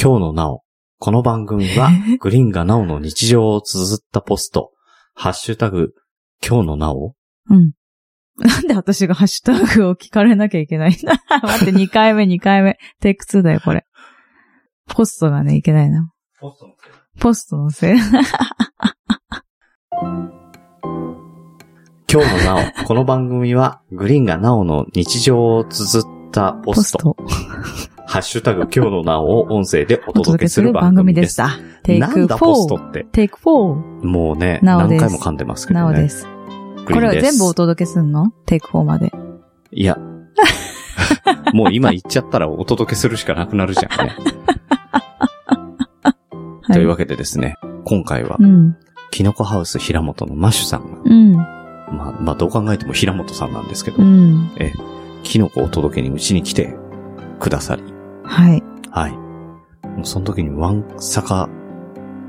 今日のなお。この番組 は、グリーンがなおの日常を綴ったポスト、ハッシュタグ、今日のなおうん。なんで私がハッシュタグを聞かれなきゃいけないんだ 待って、2回目、2回目。テイク2だよ、これ。ポストがね、いけないな。ポストのポストのせい。今日の なお。この番組は、グリーンがなおの日常を綴ったポスト、をハッシュタグ、今日のなおを音声でお届けする番組です。た。テイクなんだポスト4。って。テイク4。もうね、なお何です回も噛んでますけなどおでね。す。グリこれーンはです全部お届けすんのテイク4まで。いや。 もう今言っちゃったらお届けするしかなくなるじゃんね。はというわけでですね、今回はう、ん。キノコハウス平本のマッシュさんが、うん。まあ、まあ、どう考えても平本さんなんですけど、うん。キノコを届けにうちに来てくださり、はい。はい。もうその時にワンサカ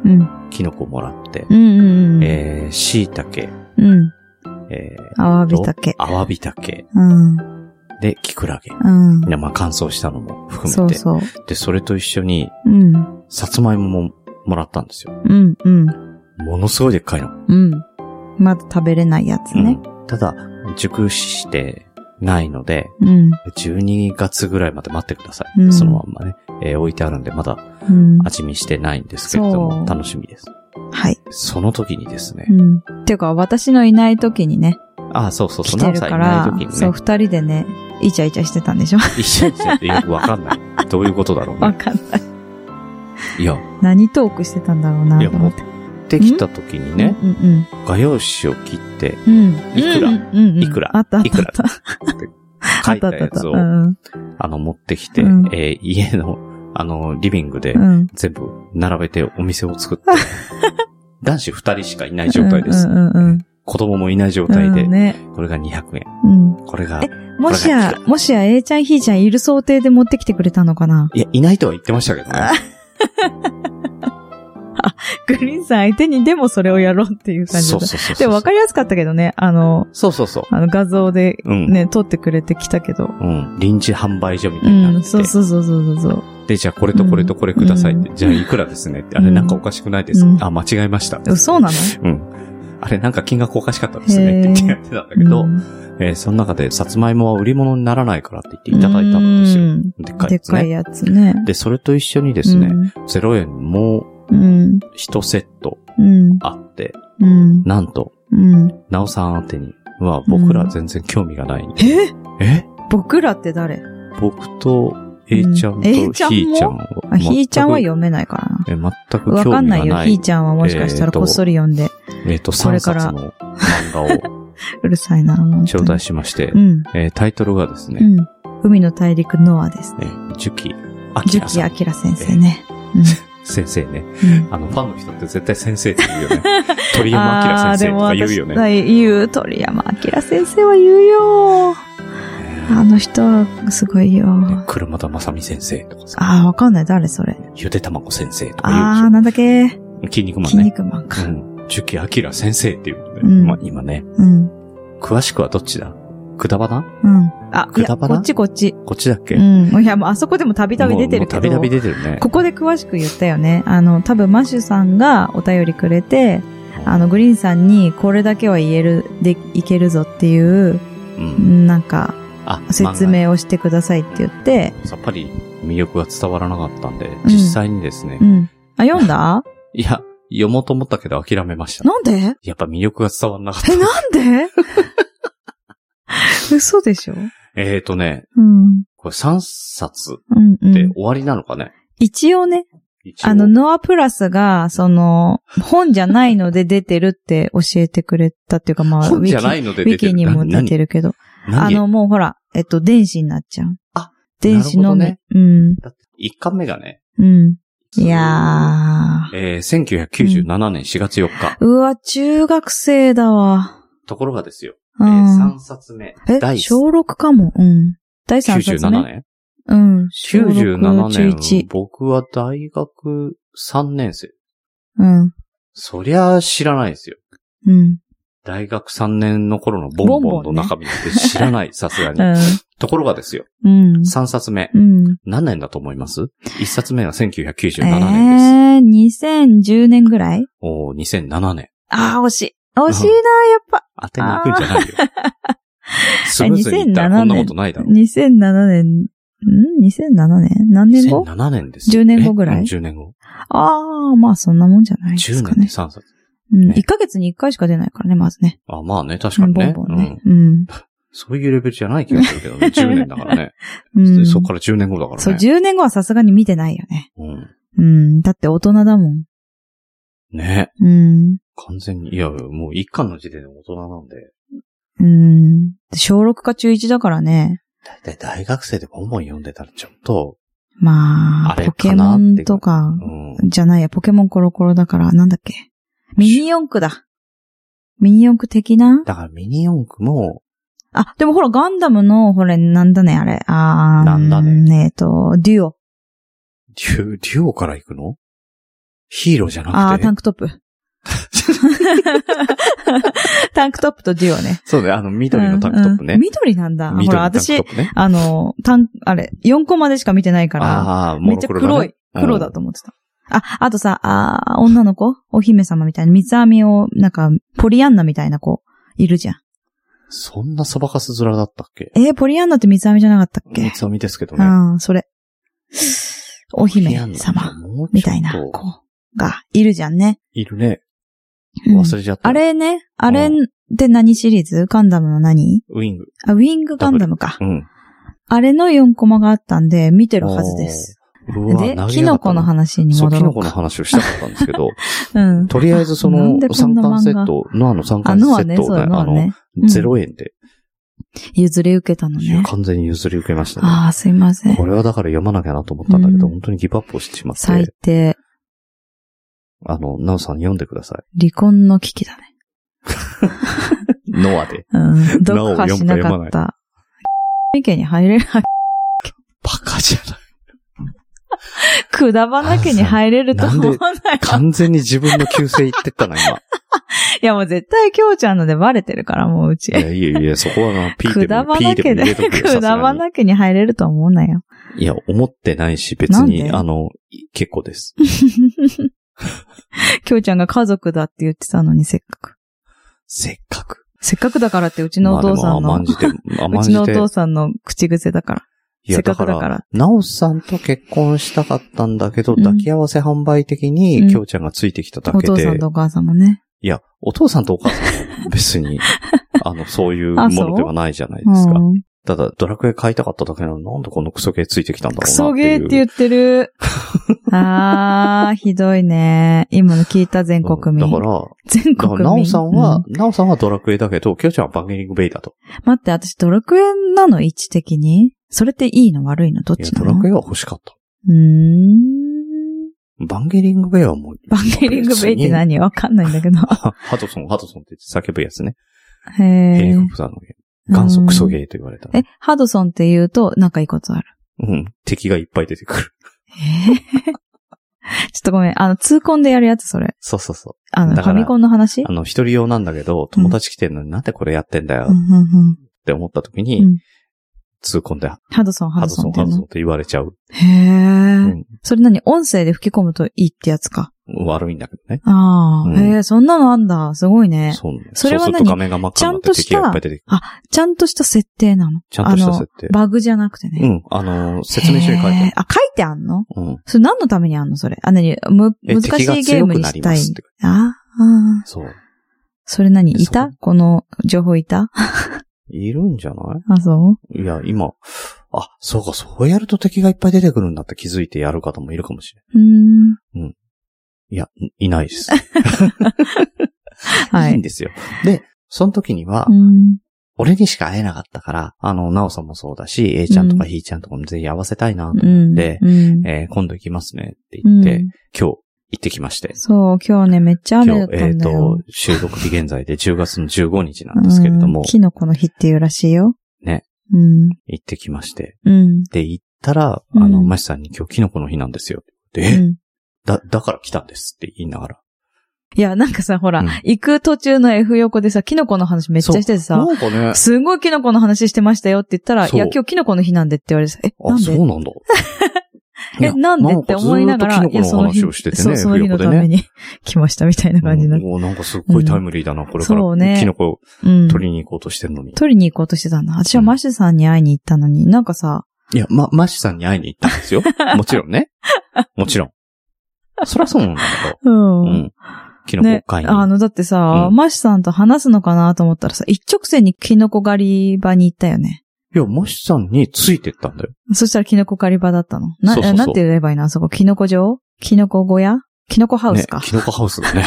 うん。キノコもらってう、んうんうん。えー、椎茸、うん。えー、アワビタケ。アワビタケ、うん。で、キクラゲ。うん。いやまあ乾燥したのも含めて。そうそう。で、それと一緒に、うん。さつまいもももらったんですよ。うんうん。ものすごいでっかいの。うん。まだ食べれないやつね。うんただ、熟してないので、うん。 12月ぐらいまで待ってください。うんそのまんまね、えー置いてあるんで、まだうん。味見してないんですけれどそも、う楽しみです。はい。その時にですねう、ん。ていうか、私のいない時にね、あ、そうそう、来そのて朝るいかならい、時にそね、う、二人でね、イチャイチャしてたんでしょ一緒にしちゃってよくわかんない。どういうことだろう わね。かんない。いや、何トークしてたんだろうないや、と思持っってて。きた時にね、うんうん画用紙を切って、うん。うん。いくらうんうんうん。いくらあったあったいくあっらた。書あいったたあったあやった。つをう、ん。あの、持ってきて、うんえー家の、あの、リビングで、うん。全部並べてお店を 作って、男子二人しかいない状態ですう。んうんうん子供もいない状うん。態うでん、ね。これが200円、うん。これが、もしこれがいやく、らもしや、A ちゃん、ひーちゃんいる想定で持ってきてくれたのかないや、いないとは言ってましたけどね。グリーンさん相手にでもそれをやろうっていう感じそだうそうそうそう。でも分かりやすかったけどね、あの、そうそうそう。あの画像でうん。ね、撮ってくれてきたけど。うん。臨時販売所みたういになって。ん、そうそうそうそうそう。で、じゃあこれとこれとこれくださいって。うじゃあいくらですねって。あれうんなんかおかしくないですか、うんあ、間違えました。えそうなのうん。あれなんか金額おかしかったですへねーってやってたんだけど、うんえーその中でさつまいもは売り物にならないからって言っていただいたんですよ。うんでっかいでっやつねかいやつね。で、それと一緒にですね、0円もうん。う1セットうん。あって、うん。なんと、うん。なおさん宛てには僕ら全然興味がないんで。ええ僕らって誰僕と A ちゃんとうんひ A ちゃんもーちゃんを。あ、ひーちゃんは全く読めないからな。え、全くわ興かん味ながいよ。なひーい。ちゃんはもしかしたらこっそり読んで、えっと、こ3れから冊の漫画をうるさいな、もう。頂戴しまして う、ん。えータイトルがですうね、ん。海の大陸ノアです。えー、樹木あき樹らさ木ん。明先生ね。先生ね。うんうんあの、ファンの人って絶対先生って言う よね。鳥山明ああー、先生でともか私言うよね。はい言う、鳥山明先生は言うよ。あの人はすごいよ。ね車田正美先生とかさ、ああ、わかんない。誰それ。ゆで卵先生とか言うでしょああ、なんだっけ。筋肉マン筋ね。肉マンか。うん。樹木明先生っていうので、うんまあ今ね、うん。詳しくはどっちだくだばなうん。あ、いくや、だばこなっちこっち。こっちだっけうん。いや、もうあそこでもたびたび出てるけもうもうたびたどび。出てるね。ここで詳しく言ったよね。あの、多分マッシュさんがお便りくれて、あの、グリーンさんにこれだけは言える、で、いけるぞっていう、うん、なんか、あ、説漫明をしてくださいって言って、画。さっぱり魅力が伝わらなかったんで、ん実際にですね、うん。あ、読 んだいや、読もうと思ったけど諦めました。なんでやっぱ魅力が伝わらなかった。え、なん で嘘でしょえーとね、うん。これ3冊うん、うってん。終わりなのかね、一応ね、一応あの、ノアプラスが、その、本じゃないので出てるって教えてくれたっていうか、まあ、ウ本ィキじゃないのでウィ出てる。キにも出てる。るけど、あ何の、もうほら、えっと、電子になっちゃう。あ、電子のみ。なるうん、 1巻目がね、うん。いやー。えー、1997年4月4日。うわ、中学生だわ。ところがですよ、うえー、ん。 3冊目。え、第小6かも。うん。第3冊目。 97年うん。小6 ?97 中年1。。僕は大学3年生。うん。そりゃ知らないですよ。うん。大学3年の頃のボンボンの中身なんて知らない、さす がに。ところがですよ、うん。うん。 3冊目。うん。何年だと思います ?1 冊目は1997年です。えー、2010年ぐらいおー2007年。ああ、惜しい。惜しいな、やっぱ。当てに行くんじゃないよ。 スムーズにいったらこんなことないだろ。 2007年、ん ?2007 年何年後2007年ですよ。 10年後ぐらいえうん ?10 年後。ああ、まあそんなもんじゃないです10年かでね。 3冊。うん。ね1ヶ月に1回しか出ないからね、まずね。あ、まあね、確ボかンにね。ボうンねん。。うん。そういうレベルじゃない気がするけど ね。10年だからね。うん。そっから10年後だからね。そう、10年後はさすがに見てないよね。うん。うん。だって大人だもん。ね。うん。完全に。いや、もう一巻の時点で大人なんで。うん。小6か中1だからね。だいたい大学生でボンボン読んでたらちょっと、まあ、あれポケかなっモていうンとかう、ん。じゃないや、ポケモンコロコロだから、なんだっけ。ミニ四駆だ。ミニ四駆的なだからミニ四駆も、あ、でもほら、ガンダムの、ほれ、なんだね、あれ。あーなんだね。えっと、デュオ。デュ、デュオから行くのヒーローじゃあなーくてタ。ンクト ップ。タンクトップとデュオね。そうだよ、あの、緑のタンクトップうんうねん。緑なんだ。緑ほら、のタンクト私、ップね。あの、タン、あれ、4個までしか見てないから、ああ、めっモちノクロゃだ黒ねい。。黒だと思ってた。あ、あとさ、あー女の子お姫様みたいな、三つ編みを、なんか、ポリアンナみたいな子、いるじゃん。そんなそばかす面だったっけえー、ポリアンナって三つ編みじゃなかったっけ、三つ編みですけどね。うん、それ。お姫様もうみちょたいなっと、子がいるじゃんね。いるね。うん忘れちゃった。あれね、あれって何シリーズガンダムの何ウィング。あ、ウィングガンダムかう。ん。あれの4コマがあったんで、見てるはずです。おー。うわで、キノコの話にそう、戻キろノうコのか。話をしたかったんですけど、 うん。とりあえずそなのんでこん三な漫画巻セット、ノアの三あ巻セのはね、ットそをうね、のはあの、ね。うん0円で、譲り受けたのいやね。完全に譲り受けましたね。ああ、すいませんこ。れはだから読まなきゃなと思ったんだけど、うん本当にギブアップをしてしまっ最て、低、あの、ナウさん読んでくださ離婚の危機だね。い。ノアで。 うん。読破しなかった。 意見に入れる、バカじゃない。くだばな家に入れると思わない。い完全に自分の旧姓言ってったな、 今。や、もう絶対京ちゃんのでバレてるから、もううち。いや、いやいや、そこはな、ピーくでだも、ばピなーで家も入れで、とくよ、くさすだがばに。な家に入れると思うなよ。いや、思ってないし、別なんに、であの、結構です。 京ちゃんが家族だって言ってたのに、せっかく。せっかく。せっかくだからって、うちのお父さんまあでも甘の、んじて、 う甘んちじのおて。父さんの口癖だから。いや、せっだかかくだからら、なおさんと結婚したかったんだけど、うん抱き合わせ販売的うに、んきょうちゃんがついてきただおけ父で、さんとお母さんもね。いや、お父さんとお母さんは別 に、あの、そういうもあそうのではないじゃないですか。うん。ただ、ドラクエ買いたかっただけなのに、なんでこのクソゲーついてきたんだクろうなソっていゲう。ーって言っ てる。あー、ひどいね。今の聞いた全国民。うんだから、全だ国から、民。なおさんはう、なおさんはドラクエだけど、きょうちゃんはバンゲリングベイだと。待って、私ドラクエなの位置的にそれっていいの悪いのどっいや、ちドなラのクうエは欲しかった。ーん。バンゲリングベイはもう、バンゲリングベイって何わかんないんだけど。 ハハトソン、ハトソンって叫ぶやつね。へヘリえ。コプターのゲーム。元祖クソゲーと言われた、うん。え、ハドソンって言うとなんかいいことある。うん。敵がいっぱい出てくる。えー ちょっとごめん。あの、痛恨でやるやつ、それ。そうそうそあの、フだからァミコンの話う。あの、一人用なんだけど、友達来てんのになんでこれやってんだようんっうんうん。て思った時うにん、痛恨で、ハハドソン、ハドドソソン、ンってハいうドソンの。って言われちゃう。へうえん。それ何音声で吹き込むといいってやつか。悪いんだけどね。あうあ。んへえ、そんなのあんだ。すごいね。そうね。それはそう何すると画面が真っ赤になっちゃんとてした敵がいっぱい出てくる。ちゃんとした設定なの。ちゃんとした設定あの。バグじゃなくてね。うん。あの、説明書に書いてあへるー。あ、書いてあんうのん。それ何のためにあんのそれ。あ、なに、む、え難し敵がいゲー強ムくになしりたまいすっ。て。ああー。そう。それ何いたそうこの情報いたいるんじゃな あ、そいいや、今、あ、そうか、そうやると敵がいっぱい出てくるんだって気づいてやる方もいるかもしれううーん。ない。いや、いないです。 は いいんい。ですよ。で、その時にはう、ん。俺にしか会えなかったから、あの、なおさんもそうだし、A ちゃんとかひーちゃんとかも全員会わせたいなと思って、うん。えー今度行きますねってう言んって、今日行ってきまして。そう、今日ね、めっちゃ雨だ今っ日、えたっ、んだよと。、収録日現在で10月の15日なんですけれどうもん、キノコの日っていうらしいよ。ね。うん。行ってきまして。うん。で、行ったら、あの、うんましさんに今日キノコの日なんですよ。うで、えんだ、だから来たんですって言いながら。いや、なんかさ、ほら、うん行く途中の F 横でさ、キノコの話めっちゃしててさ、なんかね。すごいキノコの話してましたよって言ったら、いそうや、今日キノコの日なんでって言われてさ、え、なあ、んそでうなんだ。い え、やなんでって思いながら、なんかずーっとキノコの話をしててね。そう、その日の冬た子でめねに来ましたみたいな感じになって。うんおーなんかすっごいタイムリーだな、これかそうねら。キノコうん。取りに行こうとしてんのに。取りに行こうとしてたんだ。私はマシュさんに会いに行ったのに、なんかさ、いや、ま、マシさんに会いに行ったんです よ。もちろんね。もちろん。そりゃそうなんだけど。う。うんん。キノコ買いに。あの、だってさ、うんマシュさんと話すのかなと思ったらさ、一直線にキノコ狩り場に行ったよね。いや、マシさんについてったんだよ。そしたらキノコ狩り場だったの。な、そうそうそうなんて言えばいいのあそこ、キノコ場キノコ小屋キノコハウスか。ね、キノコハウスだね。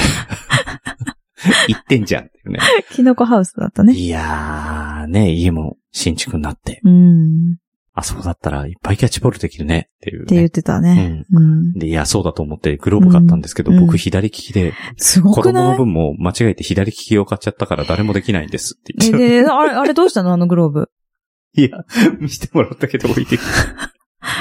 行ってんじゃんっていうね。 キノコハウスだったね。いやー、ね、家も新築になって。うん。っあそこだったらいっぱいキャッチボールできるねっていう、ね。て言ってたね。うん。で、いや、そうだと思ってグローブ買ったんですけど、うんうん僕左利きで、すご子く供なのい分も間違えて左利きを買っちゃったから誰もできないんですって言え、っちゃう。で、あれ、あれどうしたのあのグローブ。いや、 見せてもらったけど置いてきた。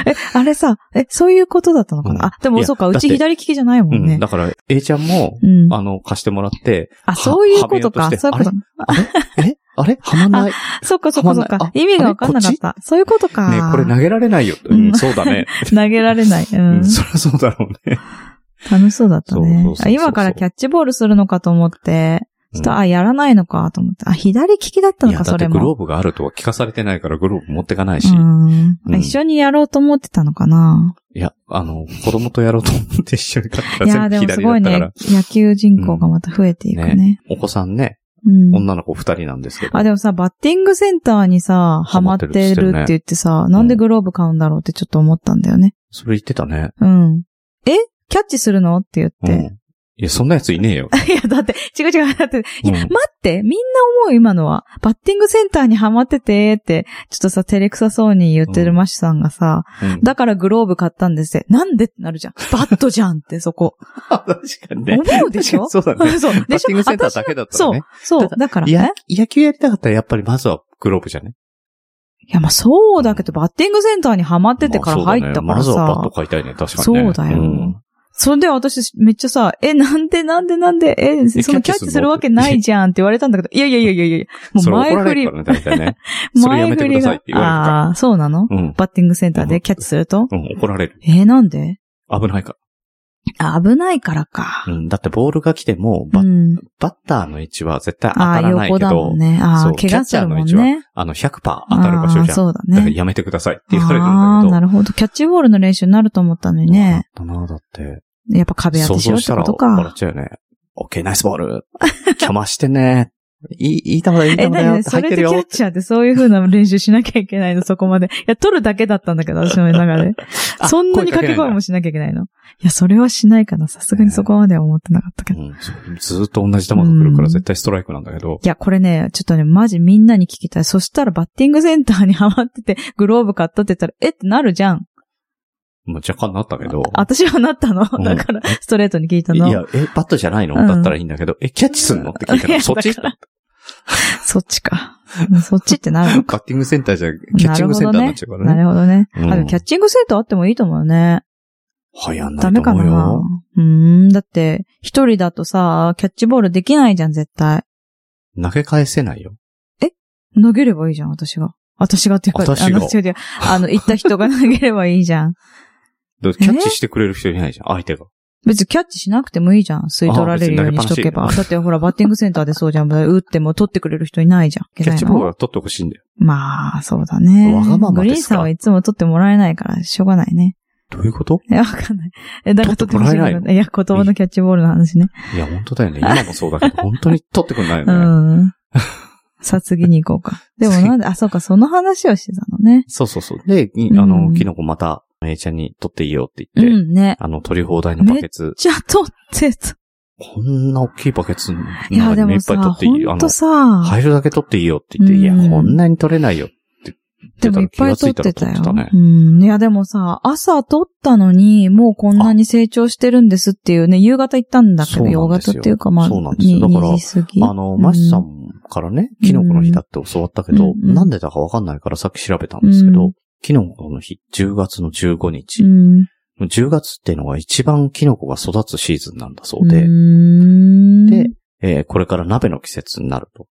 え、あれさ、え、そういうことだったのかな、うんあ、でいもやそうか、だうってち左利きじゃないもうんねん。。だから、A ちゃんもう、ん。ああの、貸してもらって、そういうことか。はめようとしてそういうこと。あれえあれはまない。ねあそっかそっかそっはまんないかあ。意味がわかんなかった。そういうことか。これ投げられないよ。ううんん、そうだね。投げられない。ううんん、。そりゃそうだろうね。楽しそうだったねそうそうそうそう。あ今からキャッチボールするのかと思って、ちうょっんと、あ、やらないのかと思って。あ、左利きだったいのや、か、だそってれグローも。ブがあるとは聞かされてないからグローブ持ってかないし。ううんんあ一緒にやろうと思ってたのかないや、あの、子供とやろうと思って一緒に買ったいやらーで全部もすご左いだったかねら。、野球人口がまた増えていくうんね。お子さんね、うん女の子二人なんですけど。あ、でもさ、バッティングセンターにさ、ハハママっっててるるって言ってさ、なんでグローブ買うんだろうってちょっと思ったんだよね。それ言ってたね。うん。えキャッチするのって言っうん。て。いや、そんなやついねえよ。 いや、だって、違う違う、だって、いうや、ん待って、みんな思う今のは。バッティングセンターにハマってて、って、ちょっとさ、照れくさそうに言ってるマシさんがさ、うんだからグローブ買ったんですって、なんでってなるじゃん。バットじゃん って、そこ。 確かにね。思うでしょ確 かにそうだね。 そう。バでッしティンょグセンター私だけだったらそうね。、そうた、だから、いえや、野球やりたかったらやっぱりまずはグローブじゃね。いや、まあそうだけど、バッティングセンターにハマっててから入ったかまあらそうさ。だねまずはバット買いたいね、確かにね。そうだよんそれで私めっちゃさ、え、なんでなんでなんで、え、そのキキャャッッチするのチするわけないじゃんって言われたんだけど、いやいやいやいやいや、もうそれ怒前ら振れりる、からね、大体 ね。それや前め振てくりださいがって、言われるから。ああー、そうなのうん。バッティングセンターでキャッチするとうん、怒られる。えー、なんで危ないかあ危ないからから。。うん、だってボールが来ても、うバッん。バッターの位置は絶対当あたあ、らないけ横だどもん、ね。あそあ、う怪我するもキャッんチャーの位ね。あの、100%当たる場所あじあゃん。そうだだからね。やめてくださいって言われるんだけど。ああ、なるほど。キャッチボールの練習になると思ったのにね。だな、だって。やっぱ壁当想てしろ像っしてたこらと笑かっ。ちゃうよね。オッケー、ナイスボール。 邪魔してね。いい、いい球だよ、いい え、球だなによ。ね、そ入っれてでるキャよッ。チャーでそういう風な練習しなきゃいけないの、そこまで。いや、取るだけだったんだけ ど、私の中で。あそんなに掛け声もしなきゃいけないの。いや、それはしないかな。さすがにそこまでは思ってなかったけど。うん、そうずーっと同じ球が来るから絶対ストライクなんだけど。いや、これね、ちょっとね、マジみんなに聞きたい。そしたらバッティングセンターにハマってて、グローブ買ったって言ったら、えってなるじゃん。もう若干なったけど。私はなったの。うんだから、ストレートに聞いたいの。や、え、バットじゃないのうんだったらいいんだけど、え、キャッチすんのって聞いたいやら、そっちだからそっちか。そっちってな るのか。バッティングセンターじゃ、キャッチングセンターになっちゃうからなね。るほどね。うんあ、でもキャッチングセンターあってもいいと思うよね。はやんなダいメとか思うなよ。うーん、だって、一人だとさ、キャッチボールできないじゃん、絶対。投げ返せないよ。投げればいいじゃん、私が。私がっていうか、私があの、違う違う あの、行った人が投げればいいじゃん。だってキャッチしてくれる人いないじゃん、相手が。別にキャッチしなくてもいいじゃん。吸い取られるようにしとけば。あ別だってほら、バッティングセンターでそうじゃん。打っても取ってくれる人いないじゃん。いキけャなッいチのボールは取ってほしいんだよ。まあ、そうだね。わがままグリでーンすかさんはいつも取ってもらえないから、しょうがないね。どういうことえ、わかんない。え、だから取取っっててほもらしえないいのの。いや、言葉のキャッチボールの話ね。いや、本当だよね。今もそうだけ ど、本当に取ってくんないようね。ん。さあ次に行こう か。でもなんで、あ、そうか、その話をしてたのね。そうそうそう。で、いあうのん、キノコまた、A ちゃんに取っていいよってう言って、んね。あの、取り放題のバケツ、じゃあ、取ってた。こんな大きいバケツのいや、中でにもいもっぱいさ、取っていいよ。ほあんとの、さ、入るだけ取っていいよって言って、いや、うんこんなに取れないよってで言ってもたいっら気ぱいがつ取っいたらてた取っよてたね。。うん。いや、でもさ、朝取ったのに、もうこんなに成長してるんですっていうね、夕方行ったんだけど、そう夕なんです方よっていうか、まあ、そうなんですよにだから2時過ぎ。あの、マシさうんからね、キノコの日だって教わったけど、うんなんでだかわかんないからさっき調べたんですけうどん、キノコの日、10月の15日ん。 10月っていうのが一番キノコが育つシーズンなんだそうで、うーんで、えーこれから鍋の季節になると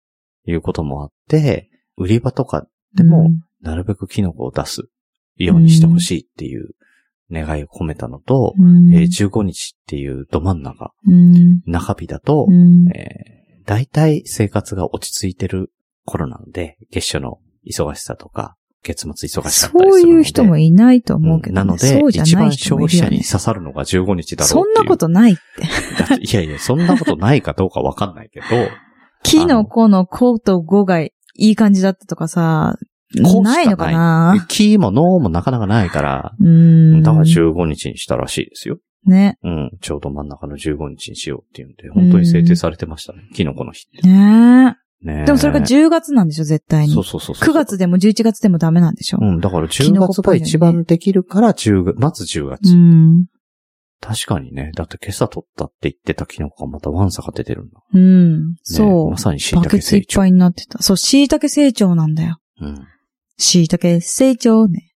いうこともあって、売り場とかでもなるべくキノコを出すようにしてほしいっていう願いを込めたのと、うん、えー15日っていうど真ん中、うん、中日だとう、んえー大体生活が落ち着いてる頃なので、月初の忙しさとか、月末忙しかったりそうするので。いう人もいないと思うけうんど、ねなのでそう、じゃ一ない番人消もい費者るよにね。刺さるのが15日だろうそんなこと。とないって。だ っていやいや、そんなことないかどうかわかんないけど、キノコのコと5がいい感じだったとかさ、こうしかないのかなキーもノーもなかなかないから、うーん。だから15日にしたらしいですよ。ね。うん。ちょうど真ん中の15日にしようっていうんで、本当に制定されてましたね。キノコの日って。ねねえでもそれが10月なんでしょ、絶対に。そうそうそうそう。 9月でも11月でもダメなんでしょ。うん、だからキ10ノコっ月ぽがいよね一番できるから10月、まず10月。うん。確かにね。だって今朝取ったって言ってたキノコがまたワンサが出てるんだ。ねうん。そうま。さに椎バケ茸ツい成っ長。ぱいになってた。そう、椎茸成長なんだよ。うん。椎茸成長ね。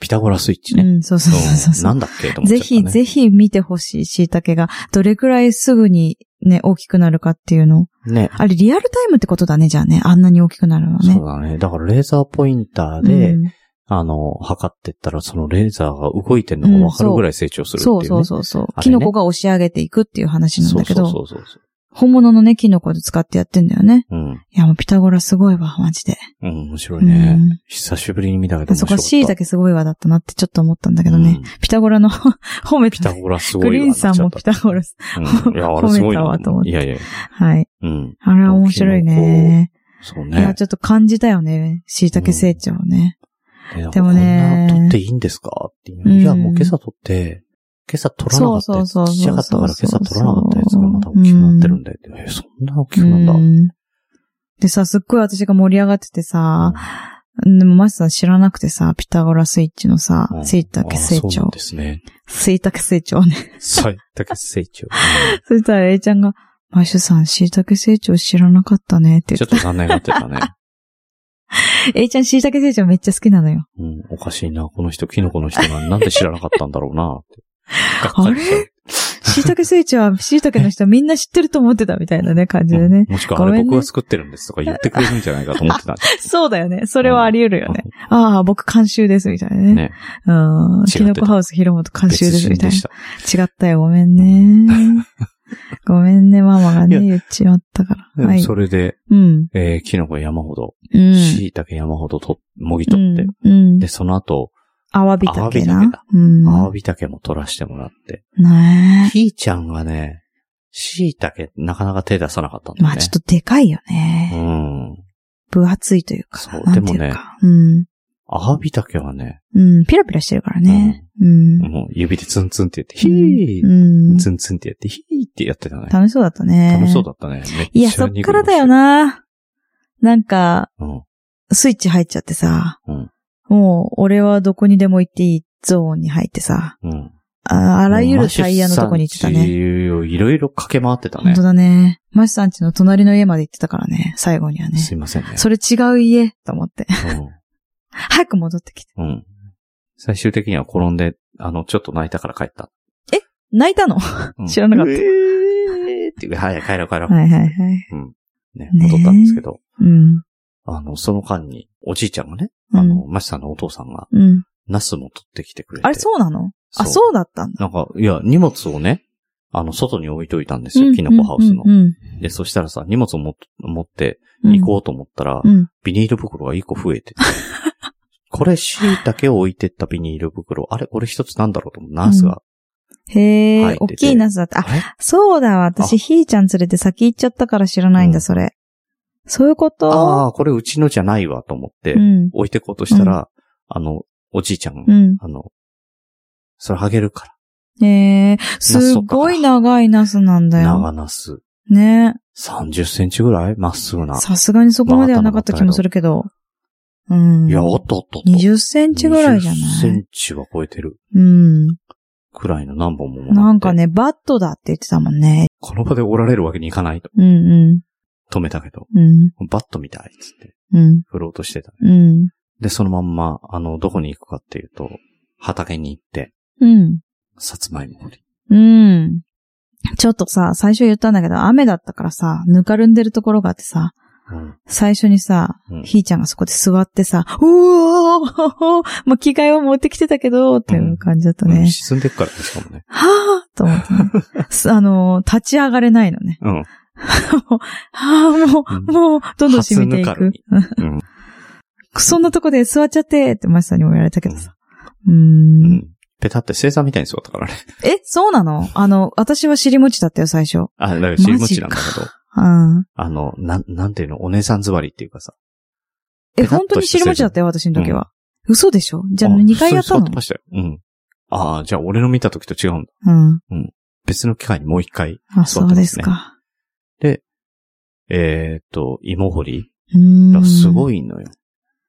ピタゴラスイッチうね。ん、そうそうそううんそう。なんだっけと思っちゃぜった、ひ、ね。ぜひ見てほしい、椎茸が。どれくらいすぐにね、大きくなるかっていうの。ひ。ね。あれ、リアルタイムってことだね、じゃあね。あんなに大きくなるのはね。そうだね。だからレーザーポインターで、うんあの、測ってったら、そのレーザーが動いてるのがわかるぐらい成長するっていう、そねうそうそうそう、あれねキノコが押し上げていくっていう話なんだけど、そうそうそうそう。本物のね、キノコで使ってやってんだよね。うん。いや、もうピタゴラすごいわ、マジで。うん、面白いね。うん久しぶりに見たけどあ面そ白かこ、った。シイタケすごいわだったなってちょっと思ったんだけどね。うんピタゴラの 褒めピタた。ゴラすごい グわリーンさんもなっピちゃタったゴラ。うんいや、あれすごい褒めたなわと思。っていやいや、はい。うん。あれは面白いね。そういや、ね。ちょっと感じたよね。シイタケ成長ね。ででももね。ねこんな撮っていいんですかっていうう。んいや、もう今朝撮って、今朝撮らなかったやつ。そうそうそうそうちっちゃかったから今朝撮らなかったやつがまた大きくなってるんだよって。え、そんな大きくなんだ。うんでさ、すっごい私が盛り上がっててさ、でもマスさん知らなくてさ、ピタゴラスイッチのさう、んスイタケ成あそうな長ん。ですね。スイタケ成長ね。 そう、だけ成長。そしたら A ちゃんが、マッシュさん、椎茸成長知らなかったねってちょ言っと残念がってたね。って。A ちゃん椎茸成長めっちゃ好きな のよ。うん、おかしいな。この人、キノコの人がなんで知らなかったんだろう なって。がっあかりしたれ椎茸成長は椎茸の人みんな知ってると思ってたみたいなね、感じでうんね。もしくは、あごれめんね僕が作ってるんですとか言ってくれるんじゃないかと思ってたんですそうだよね。それはあり得るよね。ああ、僕監修ですみたいなけね。ど ね。うん。違ってたキノコハウス広本監修別です人みたいでなし。た。違ったよ、ごめ んね。ごめんね、ママがね、い言っちまったから。はうんい。それで、うん。えー、キノコ山ほど、うん。椎茸山ほどと、もぎ取って、うん。うんで、。その後、アワビタケアワビタケだな。うん。アワビタケも取らしてもらって、ねひーちゃんがね、椎茸なかなか手出さなかったんだえ。よね。まあちょっとでかいよね。うん。分厚いというか。そうなんていでもねうか。うん。アワビタケはね、うん。ピラピラしてるからね。うん。もう指でツンツンってやって、ひー、うん。ツンツンってやって、ひーってやってたね。楽しそうだったね。楽しそうだったね。めっちゃいや、そっからだよな。なんか、濁りましスイッチ入っちゃってさ。うんもう、俺はどこにでも行っていいゾーンに入ってさ。た。うん。うん。ああらゆるタイヤのとこに行ってたマシね。ュさんちをいろいろ駆け回ってた本ね当。だね。マシさんちの隣の家まで行ってたからね、最後にはね。すいませんね。それ違う家、と思って。 早く戻ってきて。うん。うん。最終的には転んで、あの、ちょっと泣いたから帰った。泣いたのうん知らなかったえーって、はい、帰ろう帰ろう。はいはいはい。ね、ねえ戻ったんですけど、うん。あの、その間に、おじいちゃんがね、うんあの、マシさんのお父さんが、うん。ナスも取ってきてくれて。あれそうなのそあ、うそうだったんだ。なんか、いや、荷物をね、あの、外に置いといたんですよ、キノコハウスのう。ん。で、そしたらさ、荷物をも持ってうん行こうと思ったらう、ん。ビニール袋が一個増え てて。これ、椎茸を置いてったビニール袋。あれこれ一つなんだろうと思う。ナースが。へ入って、えて大きいナスだった。あ、あれそうだわ。あ私、ひーちゃん連れて先行っちゃったから知らないんうだ、んそれ。そういうことああ、これうちのじゃないわと思ってう、ん。置いてこうとしたら、あの、おじいちゃんうが、ん。あの、それあげるかへえ、ナスすとかごい長いナスなんだら。よ。長ナス。ねえ。 30センチぐらいまっすぐな。さすがにそこまではなかった気もするけど。うん。いや、おっとっとっと。 20センチぐらいじゃ20セないンチは超えてる。うん。くらいの何本ももらってなんか。ね、バットだって言ってたもんね。この場で折られるわけにいかないと。うんう止めたけど。ん。うん。バットみたいっつって、うん。振ろうとしてたね。うん。で、そのまんま、あの、どこに行くかっていうと、畑に行って、うん。さつまいも掘り。うん。ちょっとさ、最初言ったんだけど、雨だったからさ、ぬかるんでるところがあってさ、うん。最初にさ、うんひーちゃんがそこで座ってさ、うおー もう着替えを持ってきてたけど、っていう感じだったうんね。沈んでっからね、しかもね。はぁと思って ね。すあのー、立ち上がれないのね。うん。はぁ、もうんう、もう、どんどん染みてい初ぬくか。うん。そんなとこで座っちゃって、ってマシさんにも言われたけどさ。うー。うんん。ペタって星座みたいに座ったからね。え、そうなのあの、私は尻餅だったよ、最初。あ、だから尻餅なんだけど。うん。あの、なん、なんていうの、お姉さん座りっていうかさ。え、ペタッと本当に尻餅だったよ、私の時は。嘘でしょじゃああ2回やった普通にの座ってましたよ。うん。ああ、じゃあ俺の見た時と違うんだ。うん。別の機会にもう一回。あ、そうですか。えーっと、芋掘りうーがん。すごい。いのよ。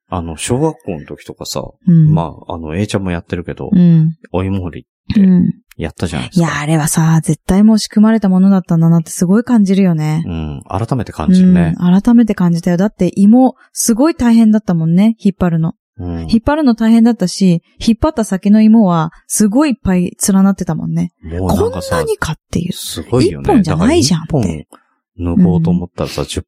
あの、小学校の時とかさ、うん。まあ、あの、A ちゃんもやってるけどう、ん。お芋掘りうん。やったじゃないでいすか。や、あれはさ、絶対もう仕組まれたものだったんだなってすごい感じるよね。うん、改めて感じるね。うん。改めて感じたよ。だって芋、すごい大変だったもんね、引っ張るの。うん。引っ張るの大変だったし、引っ張った先の芋は、すごいいっぱい連なってたもんね。もうなこんんかなさ、にかっていう。すごいよね。一本じゃないじゃんっだてから一本抜こうと思ったらさ、10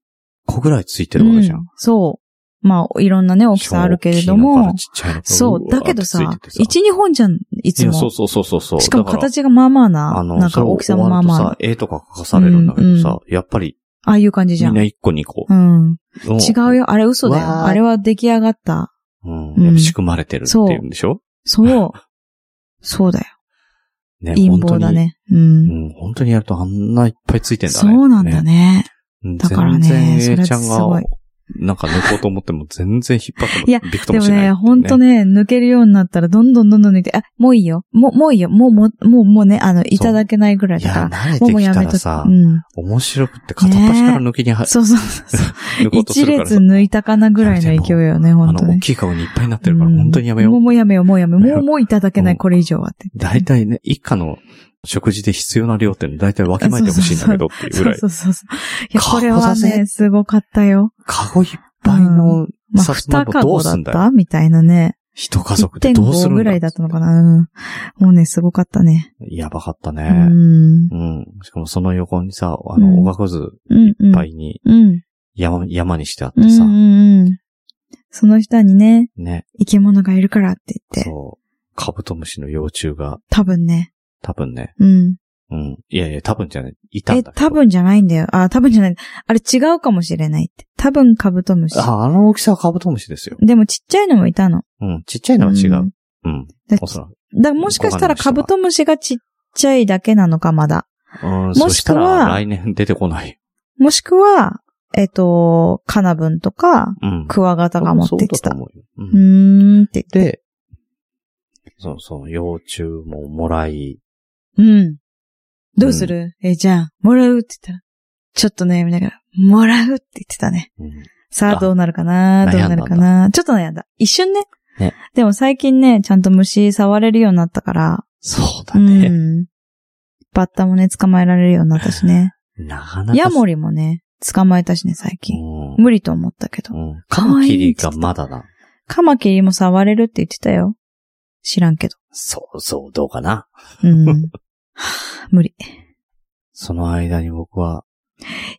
個ぐらいついてるわけじゃん。うそう。まあ、いろんなね、大きさあるけれど大きいのからも。ちっちゃいのからそう。だけうどわーさって、ついててさ一、二本じゃん、いついやも。そうそうそうそうそう。しかもだら形がまあまあな、あの、なんか大きさもまあまあそれを終わなるとさ、絵とか描かされるんだけどさ、うんやっぱり、ああいう感じじみゃんん。なう1個2個。ん。違うよ。よ。あれ嘘だわーよ。あれは出来上がった。うん。うんやっぱ仕組まれてるっていうんでしょ そう。そうだよ。ね、陰謀だね。本う当ん。に。うん、本当にやるとあんないっぱいついてんだそね。うなんだ。ね。だからね全然 A ちゃんそれすごがい、なんか抜こうと思っても全然引っ張ってもいやびくとでももしないっていね、う。ほんとね、抜けるようになったら、どんどんどんどん抜いて、あ、もういいよ。もう、もういいよ。もう、もう、もう、もうね、あの、いただけないぐらいいだや、から。慣れもう、てもうきやためとらき。うさ、ん。面白くって片っ端から抜きには、そうそう そうそう。抜こうとす一るから列さ。抜いたかなぐらいの勢いよね、あ本の、当ね大。きい顔にいっぱいになってるから、本当にやめよもうう。もうやめよう、もうやめよう。やめ もようう、もういただけなうい、んこれ以上はって。大体ね、一家の食事で必要な量っていうの大体わきまえてほしいんだけどっていうぐそらうい。そうそうそう。いや、カゴこれはだぜね、すごかったよ。カゴいっぱいのまあ、さつま二いもど籠うだすっんだよ。たみたいなね。一家族でどうす1.5るぐんだらいだったのかな。うん。もうね、すごかったね。やばかったうね。うん。ん。しかもその横にさ、あうの、んおがくずうん。いっうぱん。いにうん。山、山にしてあっうんてさう、んうん。その下にね、ね、生き物がいるからって言って、そう。カブトムシの幼虫が多分ね。多分ね、うん。うん。いやいや、多分じゃない。いたんえ、だけど。多分じゃないんだよ。あ、多分じゃない。あれ違うかもしれないって。多分カブトムシ。あ、あの大きさはカブトムシですよ。でもちっちゃいのもいたの。うん。ちっちゃいのは違んう。うん。だおそらく。だもしかしたらカブトムシがちっちゃいだけなのか、まだ。うん。しくはそしたら、来年出てこない。もしくは、えっ、と、カナブンとか、うん。クワガタが持ってきそうだた。とう思うようんーんってで、そうそう、幼虫ももらい、言って。うん。どうする、えーじゃあ、もらうって言ったら。ちょっと悩みながら、もらうって言ってたね。うんさあ、あどうなるかな悩んどうだんだなるかなちょっと悩んだ。一瞬ね。ねでも最近ね、ちゃんと虫触れるようになったから。そうだうね。ん。バッタもね、捕まえられるようになったしね。なかなか。ヤモリもね、捕まえたしね、最近。うん無理と思ったけど。うん。カマキリがまだな。カマキリも触れるって言ってたよ。知らんけど。そうそう、どうかな。 うん。はあ無理。その間に僕は、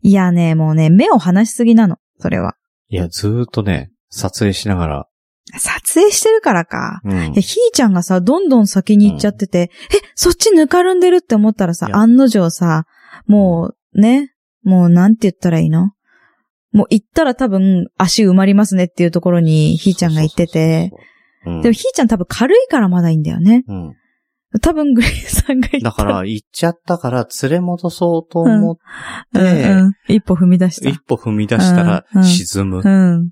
いやね、もうね、目を離しすぎなの。それは。いや、ずーっとね、撮影しながら、撮影してるからか。うんいや、ひーちゃんがさ、どんどん先に行っちゃってて、え、そっちぬかるんでるって思ったらさい、や案の定さ、もう、ね、もうなんて言ったらいいのもう行ったら多分足埋まりますねっていうところにひーちゃんが行ってて、そうそうそうそう、うんでもひーちゃん多分軽いからまだいいんだよね。うん多分グレイさんが行った、だからら、行っちゃったから、連れ戻そうと思っ、うんうん一歩踏み出してた一。歩踏み出したらうんう、ん沈む。うん。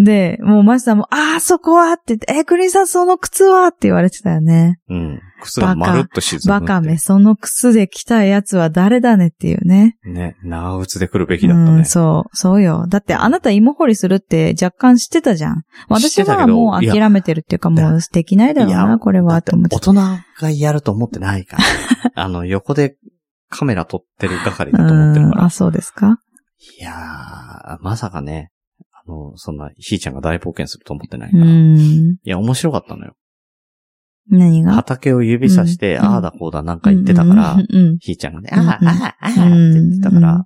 で、もうマスターも、ああ、そこはって言って、え、グレイさんその靴はって言われてたよね。うん。靴がまるっと沈む。バカめ、。その靴で来たやつは誰だねっていうね。ね、長靴で来るべきだったうん、ね。そう、そうよ。だってあなた芋掘りするって若干知ってたじゃ知ん。っ私てたけどはもういや諦めてるっていうか、もうできないだろういやな、これだはっとて思って大。人がやると思ってない から。あの、横でカメラ撮ってる係うだと思ってるかん、らあ、。そうですかいやー、まさかね、あの、そんな、ひーちゃんが大冒険すると思ってないうから。いん。や、面白かったのよ。何が畑を指さして、うんああだこうだなんか言ってたから、うんうんうんうんひーちゃんがね、うんうんああ、ああ、ああって言ってたから、うん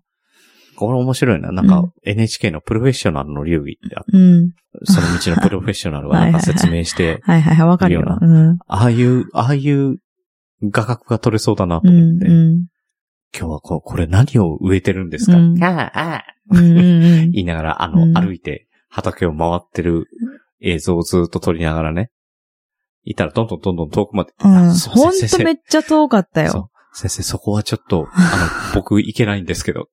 これ面白いな。なんかうん NHK のプロフェッショナルの流儀ってあっうん。その道のプロフェッショナルがなんか説明して、 はいはいはい、わかるいいよよ。うん。ああいう、ああいう画角が取れそうだなとう思っんて、うん。今日はここれ何を植えてるんですか、うんああ、ああ、うんうんうん言いながら、あの、うん歩いて畑を回ってる映像をずっと撮りながらね、いたらどんどんどんどん遠くまで、うんあすいませほんん先と生めっちゃ遠かったそよ。う先生、そこはちょっ と、あの、僕行けないんですけど。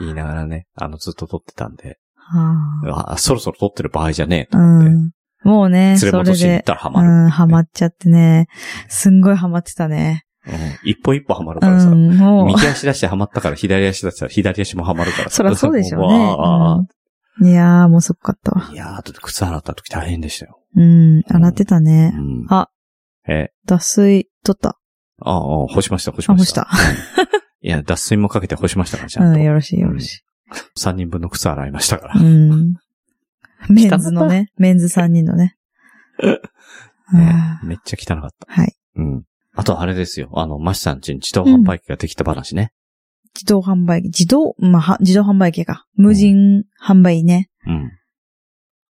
言いながらね、あの、ずっと撮ってたんで、はあそろそろ撮ってる場合じゃねえあと思って、うんもうね、連れそ戻れしに行っで、たらハうマる。ん、ハマっちゃってね。すんごいハマってたね。うん一歩一歩ハマるうからさ。ん、もう。右足出してハマったから左足出したら左足もハマるからさそらそうでしょうねわあうん。いやー、もうすごかったわ。いやー、あと靴洗った時大変でしたよ。うん、洗ってたうね。んあ。え、脱水取った。ああ、干しました、干しあ、ま干し。したた。いや、脱水もかけて干しましたから、ちゃうんん、と。よろしいよろし3人分の靴洗いましたからい。う。ん。メンズのね、メンズ3人のね。 ねあーめっちゃ汚かった。はい。うん。あとあれですよ。あの、マシさんちに自動販売機ができた話ね。自動販売機、自動、まあは、自動販売機か。無人販売ね。うん。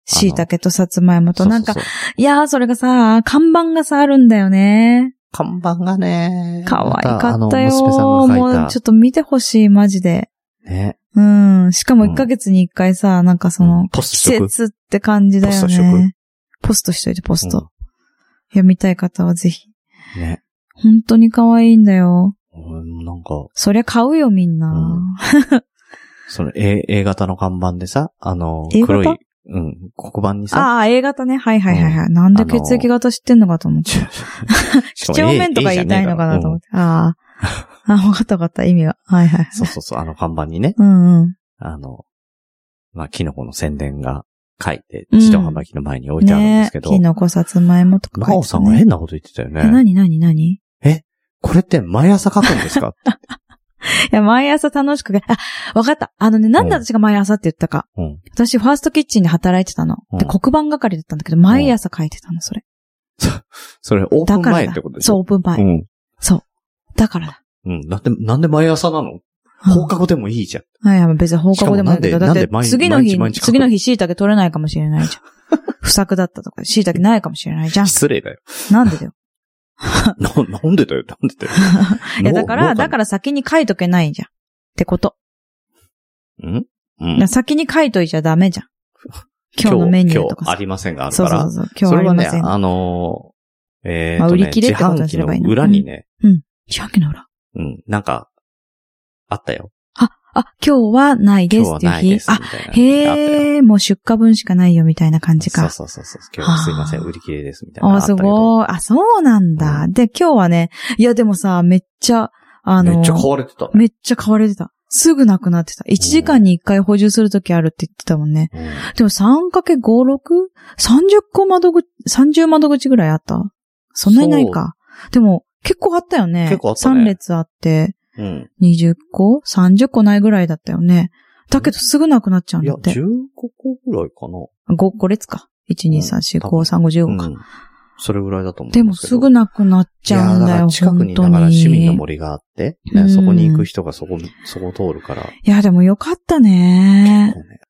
椎茸とさつまいもと、そうそうそうなんか、いやー、それがさ、看板がさ、あるんだよね。看板がね可愛かっまあたよあの娘さんがも描う、いちょっと見てほしい、マジで。た。ね。うん。しかもうん1ヶ月に1回さ、なんかそうんの、ポス季ト食節って感じだよポスト食ね。ポストしといて、ポスうんト。読みたい方はぜひ。ね。本当に可愛いんだよ。俺もなんか、そりゃ買うよ、みんな。その A, A 型の看板でさ、あの A、型黒い、うん、黒板にさ、。ああ、A 型ね。はいはいはいはい。なんで血液型知ってんのかと思って。几帳面とか言いたいのかなと思ってて。ああ。あ、わかったわかった、意味が。はいはい。うんそうそうそう、あの看板にね、うんうん。あの、まあ、キノコの宣伝が書いて、自動販売機の前に置いてあるんですけど、ねえキノコ、さつまいもとか真書い央てさんたね。が変なこと言ってたよえ、なね。になになにいこれって毎朝書くんです かや、毎朝楽しくげ、あ、わかった。あのね、なんで私が毎朝って言ったか。うん。私、ファーストキッチンで働いてたの。うんで、黒板係だったんだけど、毎朝書いてたの、それ。それオープだンから前っだてこと。でしそう、ょオープン前。うん。だからだ。うん。なんで、なんで毎朝なのうん放課後でもいいじゃん。はいはい、別に放課後でもいいけしかど、もなんだっでなんてで毎日次の日毎日毎、日書く次の日椎茸取れないかもしれないじゃん。不作だったとか、椎茸ないかもしれないじゃん。失礼だよ。 なんでだよ。な、なんでだよ、なんでだよ。。いや、だから、だからら先に書いとけないじゃん。ってこと。うんうんだから先に書いといちゃダメじゃん。今日のメニューと今か日あさ。りませんがあるかそうら。そうそう。今日ありまそせれはね、ん。あのー、えーまあとね売り切れってことにすればいい自販機のの裏にね、自販機の裏。うん、なんか、あったよ。あ、今日はないで今日すはっていうない日で。す。みあ、たいなあったよ。へえ、もう出荷分しかないよみたいな感じか。そうそうそうそう。今日はすいません、はあ売り切れです。みたいな。あ、すい。ごい。あ、そうなんだ。で、今日はね、いや、でもさ、めっちゃ、あの、めっちゃ壊れてたね。めっちゃ買われてた。すぐなくなってた。1時間に1回補充するときあるって言ってたもんね。うんでも 3×5,6?30 個窓口、30窓口ぐらいあったそんなにないか。でも、結構あったよね。結構あったね3列あって、うん。 20個 ?30 個ないぐらいだったよね。だけどすぐなくなっちゃうんいだや、って。 15個ぐらいかな。 5、5列か。1、2、3、4、5、3、5、15か。うん。それぐらいだと思うんでもすけすどぐなくなっちゃうんいやだかよ、ら近くに本当だからに。市民の森があって、ねうんそこに行く人がそこ、そこを通るから。こいや、でもよかったね。うね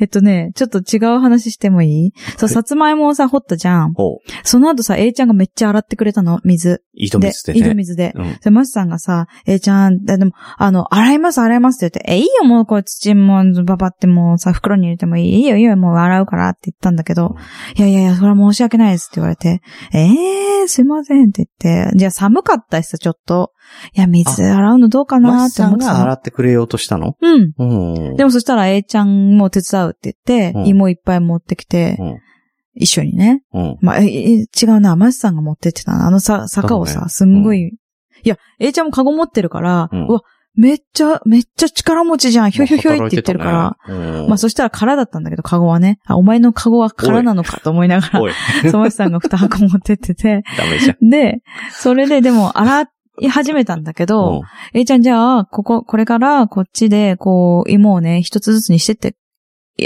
えっとね、ちょっと違う話してもいいはそう、いさつまいもをさ、掘ったじゃん。ほう。その後さ、A ちゃんがめっちゃ洗ってくれたの、水。井戸水で井戸ね。水で。うん。で、マシさんがさ、A ちゃん、だでも、あの、洗います、洗いますって言って、え、いいよ、もうこれ土も、ばばってもうさ、袋に入れてもいい。いいよ、いいよ、もう洗うからって言ったんだけど、いやいやいや、それは申し訳ないですって言われて、えー、すいませんって言って、じゃあ寒かったしさ、ちょっと。いや、水洗うのどうかなマっスてさ思っんてがた洗の。ってくれようとしたのうん。うん。でもそしたら A ちゃんも手伝うって言って、うん芋いっぱい持ってきて、うん一緒にね。うん。まあ、え、え違うな、マシさんが持ってってたな。あのさ、坂をだろうさ、ねすんごい、いや、A ちゃんもカゴ持ってるから、ううんわ、めっちゃ、めっちゃ力持ちじゃん、ひょひょひょいって言ってるから。まあ。働いてたねうんまあそしたら空だったんだけど、カゴはね。あ、お前のカゴは空なのかと思いながら、おい、 そのマシさんが2箱持ってってて。ダメじ ゃん。で、それででも洗い始めたんだけど、うんえいちゃん、じゃあ、ここ、これから、こっちで、こう、芋をね、一つずつにしてって、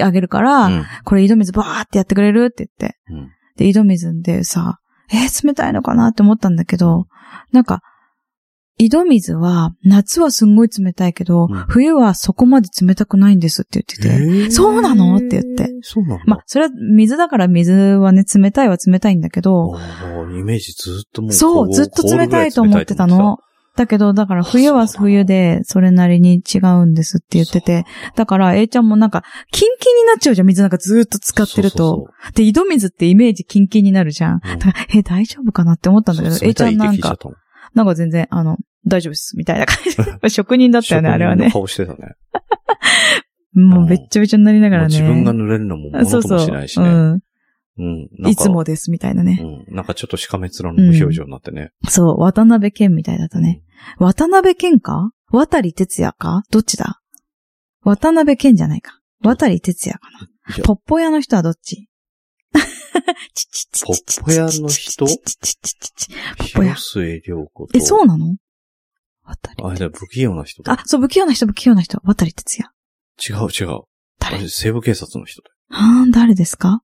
あげるから、うんこれ井戸水バーってやってくれるって言って。うんで、井戸水でさ、えー冷たいのかなって思ったんだけど、なんか、井戸水は、夏はすんごい冷たいけうど、ん冬はそこまで冷たくないんですって言ってて、えーそうなのって言って。そうなのまあ、それは水だから水はね、冷たいは冷たいんだけど、あーイメージずっともう。そう、こずっと冷たいと思って凍た。るぐらの。だけど、だから冬はそうなの冬で、それなりに違うんですって言ってて、だから、A ちゃんもなんか、キンキンになっちゃうじゃん、水なんかずーっと使そうってると。そうそうで、井戸水ってイメージキンキンになるじゃん。うんだから、え、大丈夫かなって思ったんだけどそ、う A ちゃんなん冷たいかって聞いちゃ、ったもんなんか全然、あの、大丈夫です、みたいな感じ。職人だったよね、あれは職人のね。顔してたね。もうべっちゃべちゃになりながもうらね。自分が濡れるのも物そうともそう。しないしうね。ん。うん。なんかいつも。です、みたいなうね。ん。なんかちょっとしかめ面の無表情になってね。そう、渡辺謙みたいだったね。渡辺謙か渡り哲也かどっちだ渡辺謙じゃないか。渡り哲也かいな。やポッポ屋の人はどっちちちちちちちちちちちちポッポ屋の人ちちちちちちポや広末涼子と。え、そうなの渡り。あれだよ、不器用な人だあ。、そう、不器用な人、不器用な人。渡り哲違也。う違う。あ誰れ、西部警察の人だよ。はーん、誰ですか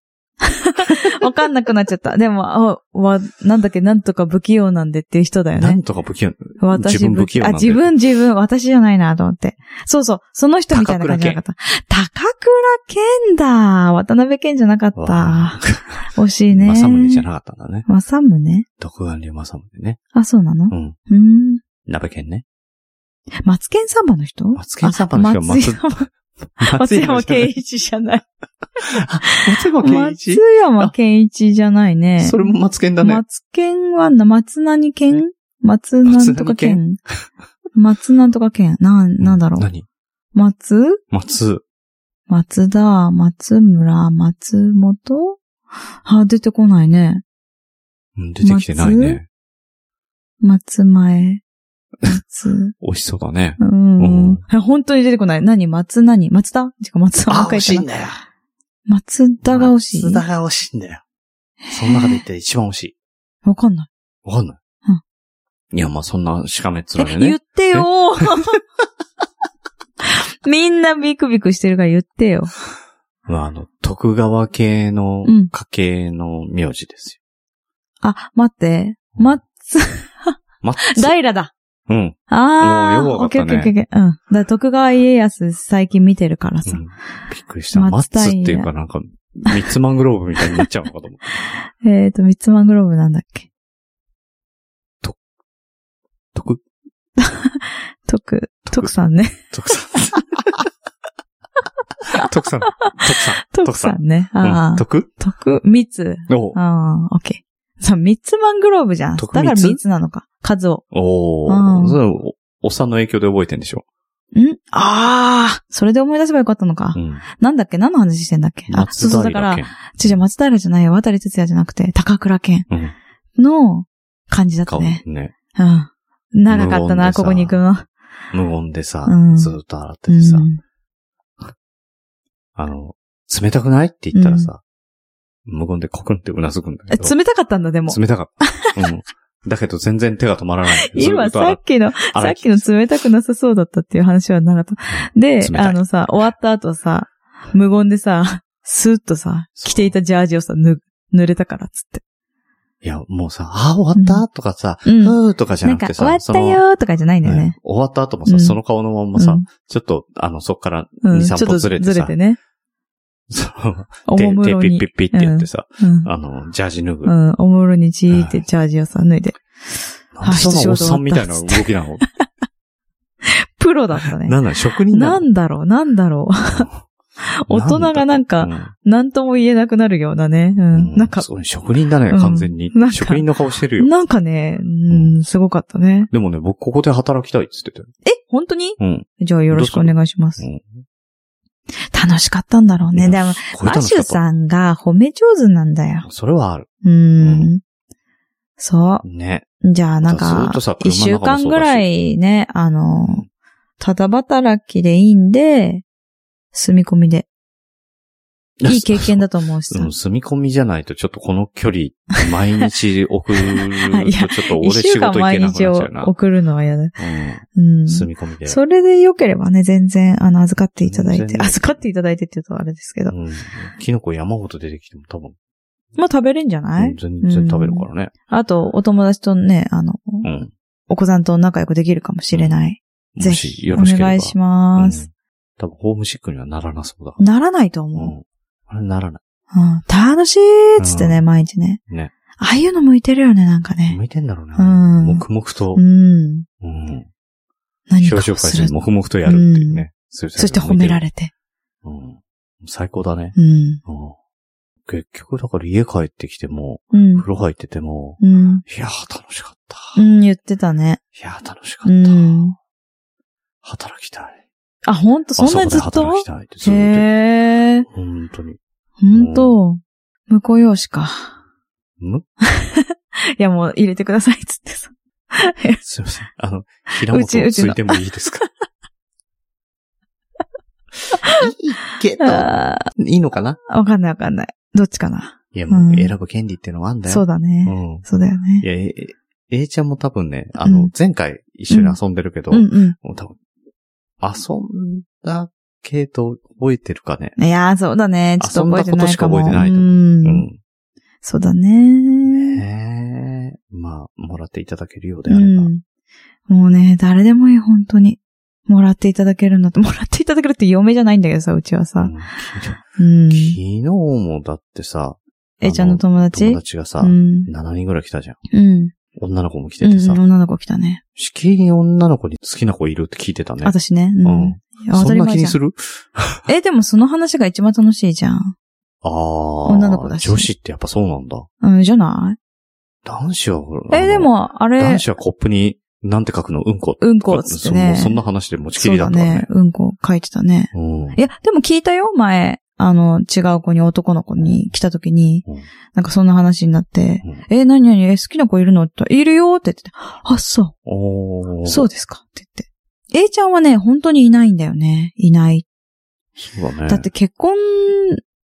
わかんなくなっちゃった。でも、あ、わ、なんだっけ、なんとか不器用なんでっていう人だよなねん。とか不器用。私自分不器用なんあ、で自分自分、私じゃないなと思って。そうそう、その人みたいな感じじゃなかった。高倉健だ渡辺健じゃなかった。惜しいね。正宗じゃなかったんだね。まさむね。独眼竜正宗ね。あ、そうなのうん。うーん。鍋犬ね。マツケンサンバの人マツケンサンバの人はあ松松山、 松松山健健一じゃない。松山健松一山健一じゃないね。それも松健だね。松健はな、松何健松なんとか健松なんとか健なん、なんだろう。何松松。松田、松村、松本あ、出てこないね。うん出てきてないね。松前。 松、美味しそうだね。うんうん。え本当に出てこない。何松何松田違う、松田もう一回言ったなだよ。松田が惜しい松。田が惜しいんだよ。その中で言って一番惜しい。わかんない。わかんない。いや、まあそんなしかめっ面え、で言ねっ。てよ みんなビクビクしてるから言ってよ。まああの、徳川系のうん家系の名字です あ、待って。松、よ。松。ダイラだ。うん。うんああ、もうよくわかったねオッケーオッケーオッケーうん。だから徳川家康最近見てるからさ。びっくりした。松松平っていうかなんか、ミッツマングローブみたいになっちゃうのかと思った。 えっ、と、ミッツマングローブなんだっけ徳、徳、徳さんね。徳 さん。徳さん。徳さん。徳さんね。あうんあ、徳徳、密。おああ、オッケー。そう、ミッツマングローブじゃん。だ徳か光ら密なのか。数を。うおんー。それお、おさんの影響で覚えてんでしょんああ、それで思い出せばよかったのか。うん。なんだっけ何の話してんだっけあ、そ松うそう、平だから、健ちょ、じゃ松平じゃないよ。渡哲也じゃなくて、高倉健うん。の感じだった顔ね。ね。うん。長か無言ったな、でさここに行くの。無言でさうん、ずっと洗ってうてさ、ん。あの、冷たくないって言ったらさ、無言でコクンってうなずくんだけえど。冷たかったんだ、でも。冷たかった。うん。だけど全然手が止まらない。今ずっと洗さっっきの、洗さっいきの冷たくなさそうだったっていう話はなかった。で冷、たいあのさ、終わった後さ、無言でさ、スーッとさ、そう着ていたジャージをさ、ぬ、濡れたからっつって。いや、もうさ、あー、終わったとかさ、うんふーとかじゃなんなかく、てさ、終わったそのよーとかじゃないんだようんね。終わった後もうさ、んその顔のまんまうさん、ちょっと、あの、そっから2、うん、ちょっ3歩とずずれてずれさて、ね。そのお手、もむ手ろピッにピッ。ピッってやってさ、うん。あの、ジャージ脱ぐ。うなんん、おもむろにじーってジャージをさ、脱いで。でそあ仕事のおっさんみたいな終わ動ったきなのプロだったね。なんなん職人ななのんだろう、なんだろう。大人がなんか、か、なんとも言えなくなるようなね。う。うんなんかす、ごい職人だね、うん完全になん。か職人の顔してるよ。なんかね、うん、すごかったね。でもね、僕ここで働きたいっつってたよ。え、本当にうん。じゃあよろしくお願いしますう。ん楽しかったんだろうね。いでやも、すごいマ楽シしかュったさんが褒め上手なんだよ。それはある。う。うんそね。う。じゃあなんだからずっかとさ、一車週の中もそうだし間ぐらいね、あの、ただ働きでいいんで、住み込みで。いい経験だと思うしさう。ん、住み込みじゃないと、ちょっとこの距離、毎日送る いと、やちょっと俺一週仕事間行け毎なく日なっちをゃうな。送るのは嫌だ。ううんん、。住み込みで。それで良ければね、全然、あの、 預かっていただい全て、然預かっていただいてって言うとあれですけどう。ん。キノコ山ほど出てきても多分、まあ食べれんじゃない、うん全然食べるからね。あと、お友達とね、あの、うん。お子さんと仲良くできるかもしれない。ぜもひし、よろしければ。お願いしまます。。多分、ホームシックにはならなそうだ。ならないとう思う。ん。あれならなうん楽しいっつってね、うん毎日ね。い。ね。ああいうの向いてるよね、なんかね。向いてんだろうね。うん黙々とう、ん。うん。表何かを彰会す社るに。黙々とやるっていうね。そそして褒められれて。うん。最高だね。うん。うん。結局、だから家帰ってきても、うん風。呂入ってても、うん。いやー楽しかった。ういん、言ってたね。やー楽しかうった。ん。働きたい。あ、ほんと、そんなあにこでずっと働きたいってずっと言ってへえ。本当に。ほんと。婿養子か。むいや、もう入れてください、つってさ。すいま せん。あの、平本うちうつちのいてもいい ですかいいけど、あいいのかなーわかんないわかんない。どっちかな。いや、もううん選ぶ権利っていうのはあんだよ。そうだうね。ん。そうだよねい。や、え、え A ちゃんも多分ね、あの、うん前回一緒に遊んでるけど、うんうん。もう多分、遊んだけど覚えてるかね。いやー、そうだね。ちょっと覚えてないかも。遊んだことしか覚えてないとう。思うんそうだうん。ね。へえ。まあ、もらっていただけるようでうあれば。ん。もうね、誰でもいい、本当に。もらっていただけるんだって、もらっていただけるって嫁じゃないんだけどさ、うちはうさん。うん昨。日もだってさ、えちゃんの友達友達がさ、うん。 7人ぐらい来たじゃん。うん。女の子も来うててんさ、女の子来たね。しきりに女の子に好きな子いるって聞いてたね。私ね。ううんん。いや当そたんりな前気じにゃんす。るえ、でもその話が一番楽しいじゃん。ああ。女の子だし女子ってやっぱそうなんだ。うん、じゃな男子はほら、いえ、あので、も、あれ男、子はコップに、なんて書くのうんこ。うんこっつってそもねうそんな話で持ちきそうりだだったからねね。。うんこ書いてたね。うん。いや、でも聞いたよ、前。あの、違う子に、男の子に来た時に、うんなんかそんな話になって、うんえ、何々、え、好きな子いるのって言ったらいるよって言ってて、あ、そおーう、そうですかって言って。A ちゃんはね、本当にいないんだよね。いない。そうだね。だって、結婚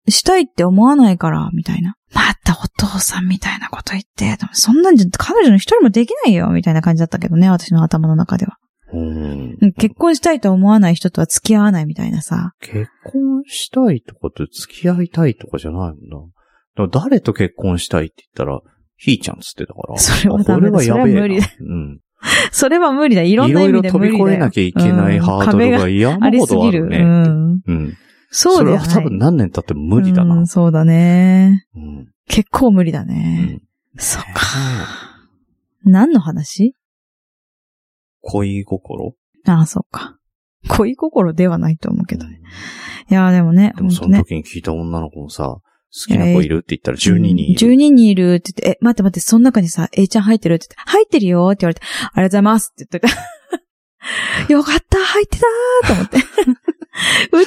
したいって思わないから、みたいな。またお父さんみたいなこと言って、でもそんなんじゃ彼女の一人もできないよ、みたいな感じだったけどね、私の頭の中では。うんうん結婚したいと思わない人とは付き合わないみたいなさ。結婚したいとかって付き合いたいとかじゃないもんな。だから誰と結婚したいって言ったら、ひーちゃんっつってたから。それはダメだあこれはやべえな。それは無理だうん。それは無理だ。いいろんなろ意いろ味で飛無理だびよ。越えなきゃいけないハードルうん壁がが山ありほすどあぎる。るうね。ん。うん。そうれでははない多分何年経っても無理だうな。んそうだね。うん。結構無理だうね。んそっか。何の話恋心ああ、そっか。恋心ではないと思うけどうね。んいやー、でもね、でもそほんとのね。時に聞いた女の子もさ、好きな子いるって言ったら12人いる。 12人いるって言って、え、待って待って、その中にさ、A ちゃん入ってるって言って、入ってるよって言われて、ありがとうございますって言って た。よかった、入ってたーと思って。うちの子入っ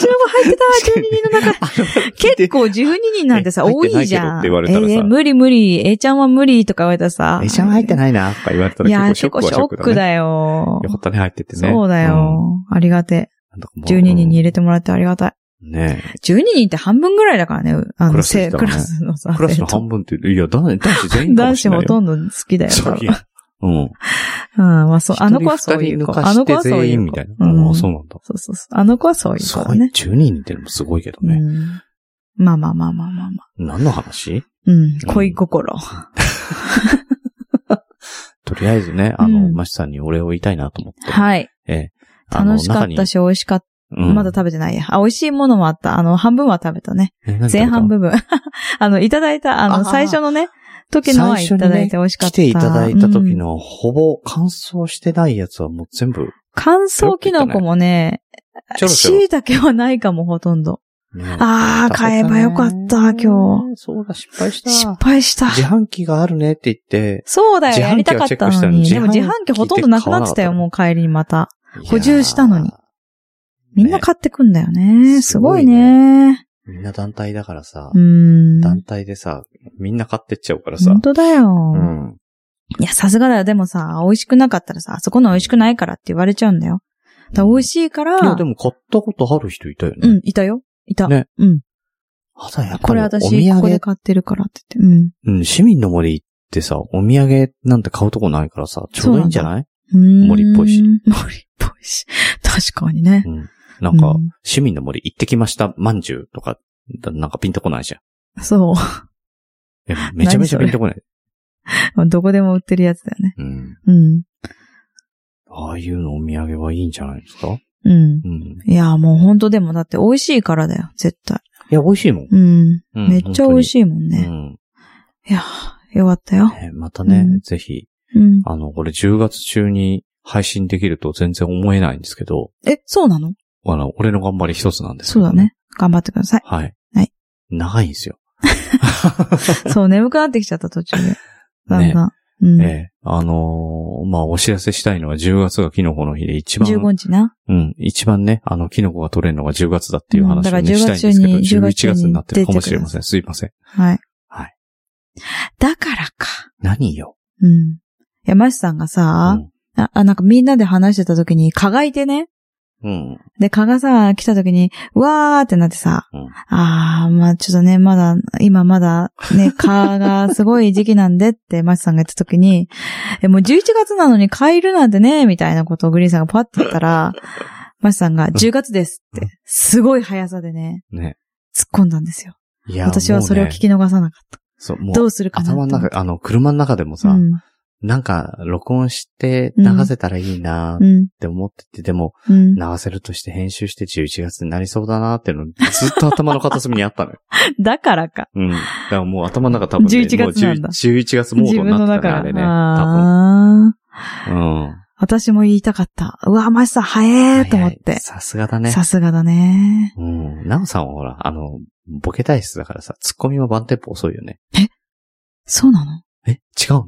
てたー、12人の中あの結構12人なんてさ、え入っ多てないいじゃん。けどって言われたらさえー無理無理、A ちゃんは無理とか言われたらさ。え、ちゃん入ってない。ないな、とか言われたらいやー、結結構構シショックはショックョッだクね。だよ。よかったね、入っててね。そうだよ。ありがてうん。なんえ。12人に入れれてもらってありがたい。ね12人って半分ぐらいだからね、うあクの、ラスせですクからねラスのさえ。、クラスの半分っていう、いや、だ男子全員かも男し子れないほよ。とんど好きだよ、多そうい分。やうん。うん、まあそう、あの子はそうい一う人二人抜子。かあのし子てはそう全い員うみ子たい。うな。あんあ、そうなんだ。そうそうそう。あの子はそういうす子ごだい。ね。 12人ってのもすごいけどね。うんまあまあまあまあまあまあ。何の話うん、恋心。とりあえずね、あの、うんマシさんにお礼を言いたいなと思って。はい。ええ。あの楽しかったし、美味しかった。中にうんまだ食べてないや。あ、美味しいものもあった。あの、半分は食べたね。え何食べた前半部分。 あの、いただいた、ああの、ー最初のね、時のはいただいて美味しかった。来ていただいた時うん。の、ほぼ乾燥してないやつはもう全部、乾燥キノコもね、ちょろちょろ椎茸はないかも、ほとんど。ねあー買えばよかった今日。そうだ、失敗した。失敗した。自販機があるねって言って、そうだよ、自や販り機たはかっチェッたクしたののにに。でも自販機ほとんどなくなっ自販機買わなかてたよ、ったねもう帰りにまた。 補いや充ーしたのに。みんな買ってくんだよね。ねすごいね。みんな団体だからさう、ん。団体でさ、みんな買ってっちゃうからさ本。当だよ。うん。いや、さすがだよ。でもさ、美味しくなかったらさ、あそこの美味しくないからって言われちゃうんだよ。だから美味しいから、いや、でも買ったことある人いたよね。うん、いたよ。いた。ねうん。あとはやっこぱりれお土私、ここで産、買ってるからって言って。うん、市民の森ってさ、お土産なんて買うとこないからさ、ちょうどいいんじゃないうん。うーん森っぽいし森っぽいし。 確かにね。うん。なんかう、ん市民の森行ってきました、まんじゅうとか、だなんかピンとこないじゃん。そう。えめちゃめちゃピンとこない。 どこでも売ってるやつだよね。うん。うん。ああいうのお土産はいいんじゃないですかうん。うん。いや、もう本当でもだって美味しいからだよ、絶対。いや、美味しいもん。うん。うんめっちゃ美味い。しいもんね。うん。いやー、よかったよ。ねまたね、うんぜひ、うん。あの、これ10月中に配信できると全然思えないんですけど、え、そうなのあの、俺の頑張り一つなんですけそうど。だね。。頑張ってくださいはい。はい。長いんですよ。 そう、眠くなってきちゃった途中で。だんね。だん。うん。ええ。あのーまあ、お知らせしたいのは10月がキノコの日で一番、 15日な。うん、一番ね、あの、キノコが取れるのが10月だっていううん話だを、からね10したいんですけど、月中に11月になってるかもしれま出てくせん。すいません。はい。はい。だからか。何よ。うん。いや、マシさんがさ、あ、あなんかみんなで話してた時に、蚊がいてね。うん。うん。で、蚊がさ、来た時に、うわーってなってさ、うんあー、まあちょっとね、まだ、今まだ、 ね、蚊がすごい時期なんでって、マシさんが言った時に、え、もう11月なのに蚊いるなんてね、みたいなことをグリーンさんがパッて言っ たら、マシさんが10月ですうって、すごい速さでね、ね。突っ込んだんですよ。いや、私はそれを聞き、き逃さなかった。そう、もどう、うするかなと頭思のって。中、あの、車の中でもさ、なんか、録音して流せたらいいなーうっん。て思ってて、でも、うん。うん。流せるとして編集して11月になりそうだなーっていうの、ずっと頭の片隅にあったの よ。だからか。うん。だからもう頭の中多分、ね、 11月なんだもう10 11月モードになってたね、あれね。多あー分。うん。私も言いたかった。うわ、マシさん早えと思っ早いて。さすがだね。さすがだね。うん。なおさんはほら、あの、ボケ体質だからさ、ツッコミはワンテンポ遅いよね。そうなのえ違うの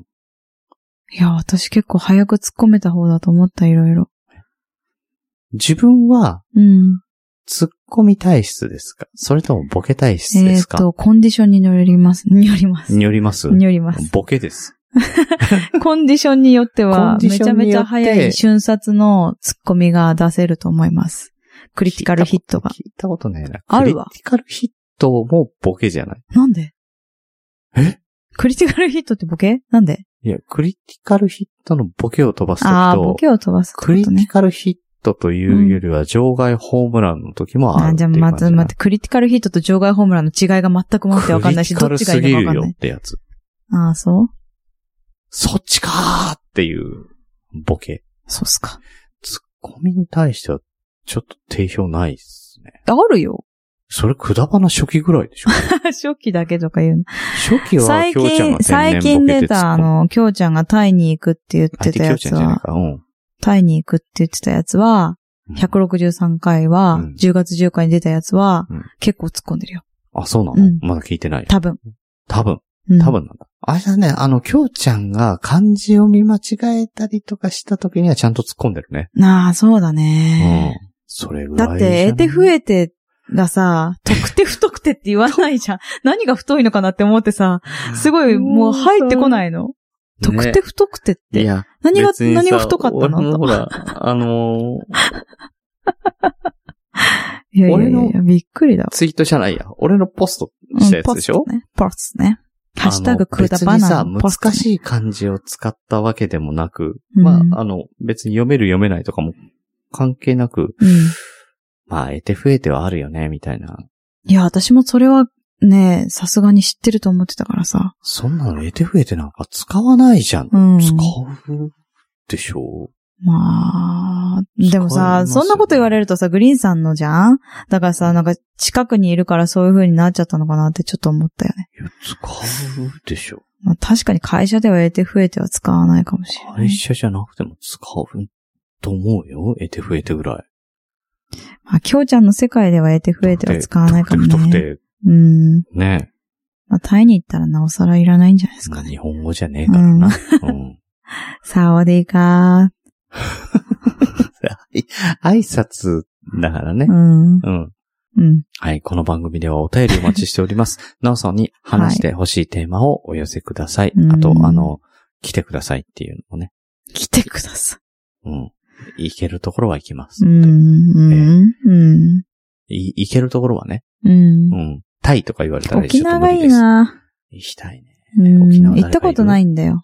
いや、私結構早く突っ込めた方だと思った、いろいろ。自分は、うん。ツッコミ体質ですかそれともボケ体質でえっすか、と、コンディションによ ります。によります。によりますによります。ボケです。コンディションによってコンは、ディめシちョゃンにめちよっゃて早い瞬殺の突っ込みが出せると思います。クリティカルヒットが。聞いたことないな。あるわクリティカルヒットもボケじゃないなんでえクリティカルヒットってボケなんでいや、クリティカルヒットのボケを飛ばすときああ、ボと、ケを飛ばすってクこリテとねィ。カルヒットというよりは、場外ホームランの時もああるっていじゃあ、う感まじずだな待って、クリティカルヒットと場外ホームランの違いが全くもってわかんないし、どっちがいいのかわかクリティカルんすぎるよないっ。てやつ。ああ、そうそっちかーっていうボケ。そうっすか。ツッコミに対してはちょっと定評ないっすね。あるよ。 それ、くだばな初期ぐらいでしょ初期だけとか言うの。初期は、最きょうちゃん近、が最天然近ボケ出てツッコた、あむ、の、きょうちゃんがタイに行くって言ってたあやつきょうちゃんじゃないは、か。うん。タイに行くって言ってたやつは、163回は、うん10月10日に出たやつは、うん結構突っ込んでるよ。あ、そうなの、うんまだ聞いてない。多分。多分。うん、多。分なんだ。あれだね、あの、きょうちゃんが漢字を見間違えたりとかした時にはちゃんと突っ込んでるね。なあ、そうだうんね。。それぐらいだって、得て増えてがさ、特定不特定って言わないじゃん。 何が太いのかなって思ってさ、すごいもう入ってこい。ないの。うん特定不特定っいて。や、何が、別にさ何が太かった俺のもとほら、あのーいやいやいや俺いや、びっくりだわ。ツイートじゃないや。俺のポストしたやつでしょ、うんポストね。ポストね。ハッシュタグあのクーダバ別にナさ、難い。しい漢字を使ったわけでもなく、うんまあ、あの、別に読める読めないとかも関係なく、うん。まあ、得て増えてはあるよね、みたいな。いや、私もそれはね、さすがに知ってると思ってたからさ。そんなの得て増えてなんか使わないじゃん。うん。使うでしょまあ、でも使いさ、ますよそんなこと言われるとさ、グリーンさんのじゃんだからさ、なんか近くにいるからそういう風になっちゃったのかなってちょっと思ったよね。いや、使うでしょまあ確かに会社では得て増えては使わないかもしれな会い。社じゃなくても使うと思うよ。得て増えてぐらい。まあ、きょうちゃんの世界では得て増えては使わないかも太くてね。太くてうん。太くてね。まあ、タイに行ったらなおさらいらないんじゃないですかね。日本語じゃねえからな。うんサオディカ 挨拶だからねー。。うん。うん。うん。はい。この番組ではお便りお待ちしております。 なおさんに話してほしいテーマをお寄せください。うんあと、あの、来てくださいっていうのもね。来てくださうん。行けるところは行きます。い。うん。うん。うん。い行けるところはね。うんう。ん。タイとか言われたら沖ちょっ縄とが無い理いです。な。行きたいね。うん沖縄誰かいる行ったことないんだよ。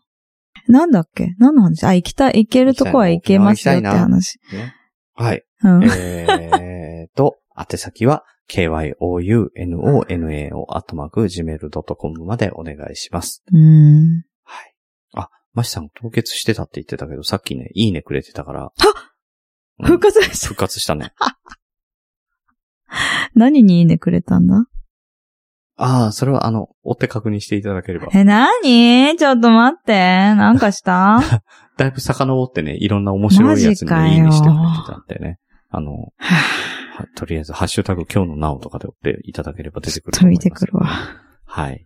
なんだっけ何の話あ、行きたい、行けるとこは行けますよって行きたいな話。ねはい。うん。えーと、宛先は、 kyounonao.gmail.com までお願いします。 うん。はい。あ、ましさん凍結してたって言ってたけど、さっきね、いいねくれてたから、うん復活です。復活したね。 何にいいねくれたんだ ああ、それはあの、追って確認していただければ。え、何ちょっと待って。なんかした だいぶ遡ってね、いろんな面白いやつにねいいねマジしてかくよれてたんでね。あの、はとりあえず、ハッシュタグ今日のなおとかで追っていただければ出てくるちょっと見てくるわはい。